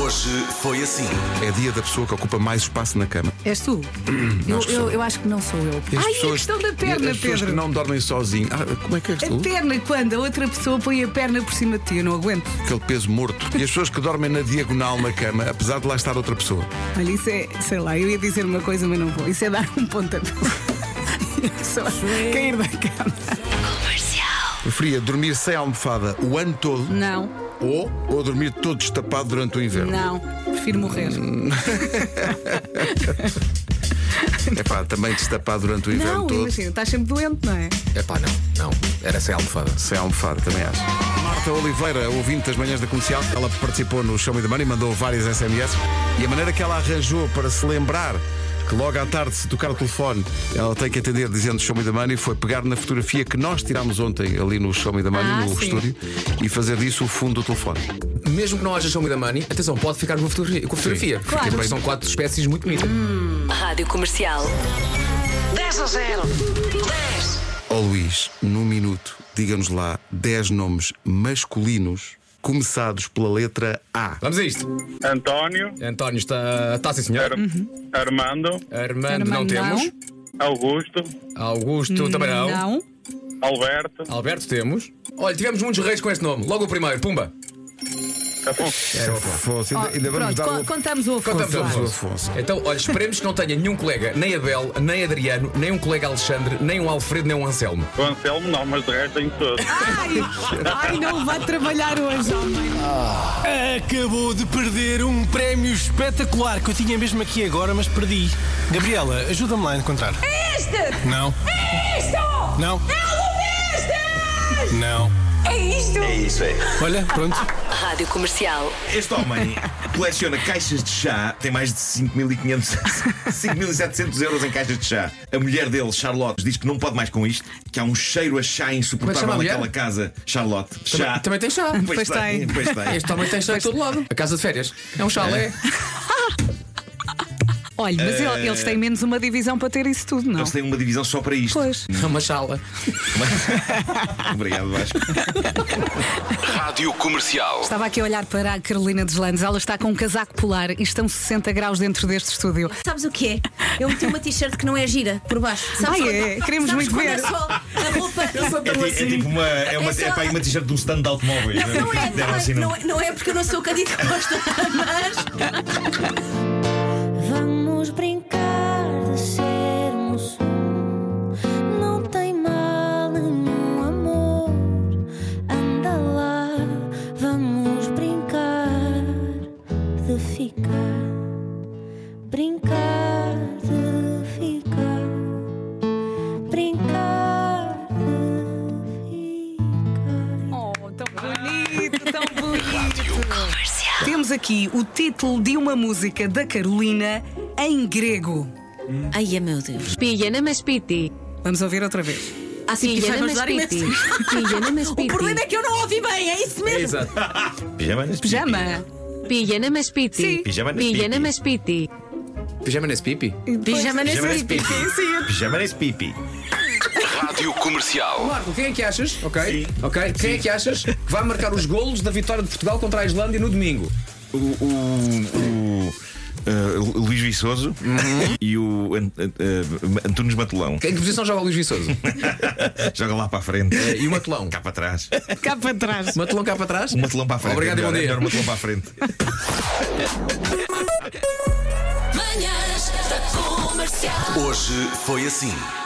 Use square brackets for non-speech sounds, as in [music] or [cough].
Hoje foi assim. É dia da pessoa que ocupa mais espaço na cama. És tu? eu, acho que eu- sou. eu Hum, acho que não sou eu. E as Ai, é pessoas- a questão da e perna, as pessoas Pedro. que não dormem sozinho. Ah, como é que és tu? A perna, quando a outra pessoa põe a perna por cima de ti, eu não aguento. Aquele peso morto. E as pessoas que dormem na diagonal na cama, apesar de lá estar outra pessoa. Olha, isso é, sei lá, eu ia dizer uma coisa, mas não vou. Isso é dar um pontapé. [laughs] E a pessoa cair da cama. Preferia dormir sem almofada o ano todo Não, ou, ou dormir todo destapado durante o inverno. não. Prefiro morrer. É pá, também destapado durante o inverno Não, todo. imagina, estás sempre doente, não é? É pá, não, não. Era sem almofada. Sem almofada, também acho. Marta Oliveira, ouvinte das manhãs da comercial, ela participou no Show Me the Money, mandou várias SMS e a maneira que ela arranjou para se lembrar que logo à tarde, se tocar o telefone, ela tem que atender dizendo Show Me the Money, foi pegar na fotografia que nós tirámos ontem ali no Show Me the Money, Ah, no sim. estúdio, e fazer disso o fundo do telefone. Mesmo que não haja show me da money, atenção, pode ficar com a fotografia. Com a fotografia. Claro. Porque São quatro espécies muito bonitas. Rádio Comercial. 10 a 0. 10. Ó Oh, Luís, num minuto, diga-nos lá 10 nomes masculinos começados pela letra A. Vamos a isto. António, António está. Está sim, senhor. Ar- Armando, Armando, não Armando, Hum, temos. Augusto, Augusto também não. Não. Alberto, Alberto temos. Olha, tivemos muitos reis com este nome. Logo o primeiro, Pumba. Afonso. Era o Afonso. Afonso, ainda, ainda vamos Oh, Pronto, dar um co- o... contamos o Afonso. Contamos lá. o Afonso. Então, olha, esperemos que não tenha nenhum colega, nem Abel, nem Adriano, nem um colega Alexandre, nem um Alfredo, nem um Anselmo. O Anselmo não, mas de resto em todos. Ai, ai, não vai trabalhar hoje, homem. Acabou de perder um prémio espetacular que eu tinha mesmo aqui agora, mas perdi. Gabriela, ajuda-me lá a encontrar. É este! Não, É isto! não, É o Lunestas! não. É isto! Olha, pronto. Rádio Comercial. Este homem coleciona caixas de chá, tem mais [laughs] de 5.500 5.700 euros em caixas de chá. A mulher dele, Charlotte, diz que não pode mais com isto, que há um cheiro a chá Como é insuportável que chama a naquela mulher? casa. Charlotte, chá. Também tem chá. Pois tem. Pois tem. Este homem tem chá de todo lado. A casa de férias. É um chalé. Olha, mas el- eles têm menos uma divisão para ter isso tudo, não? Eles têm uma divisão só para isto. Pois. É uma chala. Obrigado, Vasco. Rádio Comercial. Estava aqui a olhar para a Carolina Deslandes. Ela está com um casaco polar e estão 60 graus dentro deste estúdio. Sabes o que é? Eu meti uma t-shirt que não é gira por baixo. Sabes Ai, quando- é? Queremos sabes muito quando ver. É só a roupa. É, ti- é tipo uma. É, uma, É só- é, pá, aí uma t-shirt de um stand de automóveis. né? Não é, Deram não é, assim num- não é, não é porque eu não sou o Cândido Costa, [laughs] mas. Vamos brincar de sermos um. Não tem mal nenhum amor. Anda lá, vamos brincar de ficar. Brincar de ficar. Brincar de ficar. Oh, tão bonito, tão bonito. Temos aqui o título de uma música da Carolina em grego. Ai, é, meu Deus. Pijana mas é piti. Vamos ouvir outra vez. Ah, sim, porque vai me ajudar imenso. Pijana mas O problema é que eu não ouvi bem, é isso mesmo. Exato. Pijama? Pijama. Pijana mas é piti. Sim. Pijama nas Pijana pipi. mas piti. Pijama nesse pipi. Pijama nesse Pijama nesse pipi. pipi. Pijama nesse pipi. Rádio Comercial. Marco, quem é que achas? Ok. Sim. Ok. Quem é que achas que vai marcar os golos da vitória de Portugal contra a Islândia no domingo? O, o- o, eh, Lu- Luís Viçoso e o An- eh, eh, Antunes Matelão. Em é que posição joga o Luís Viçoso? [laughs] Joga lá para a frente. e o Matelão? Cá para trás. Cá para trás. Matelão cá para trás? O matelão para a frente. Obrigado é e bom melhor, é dia. melhor o matelão para a frente. Manhãs da comercial. Hoje foi assim.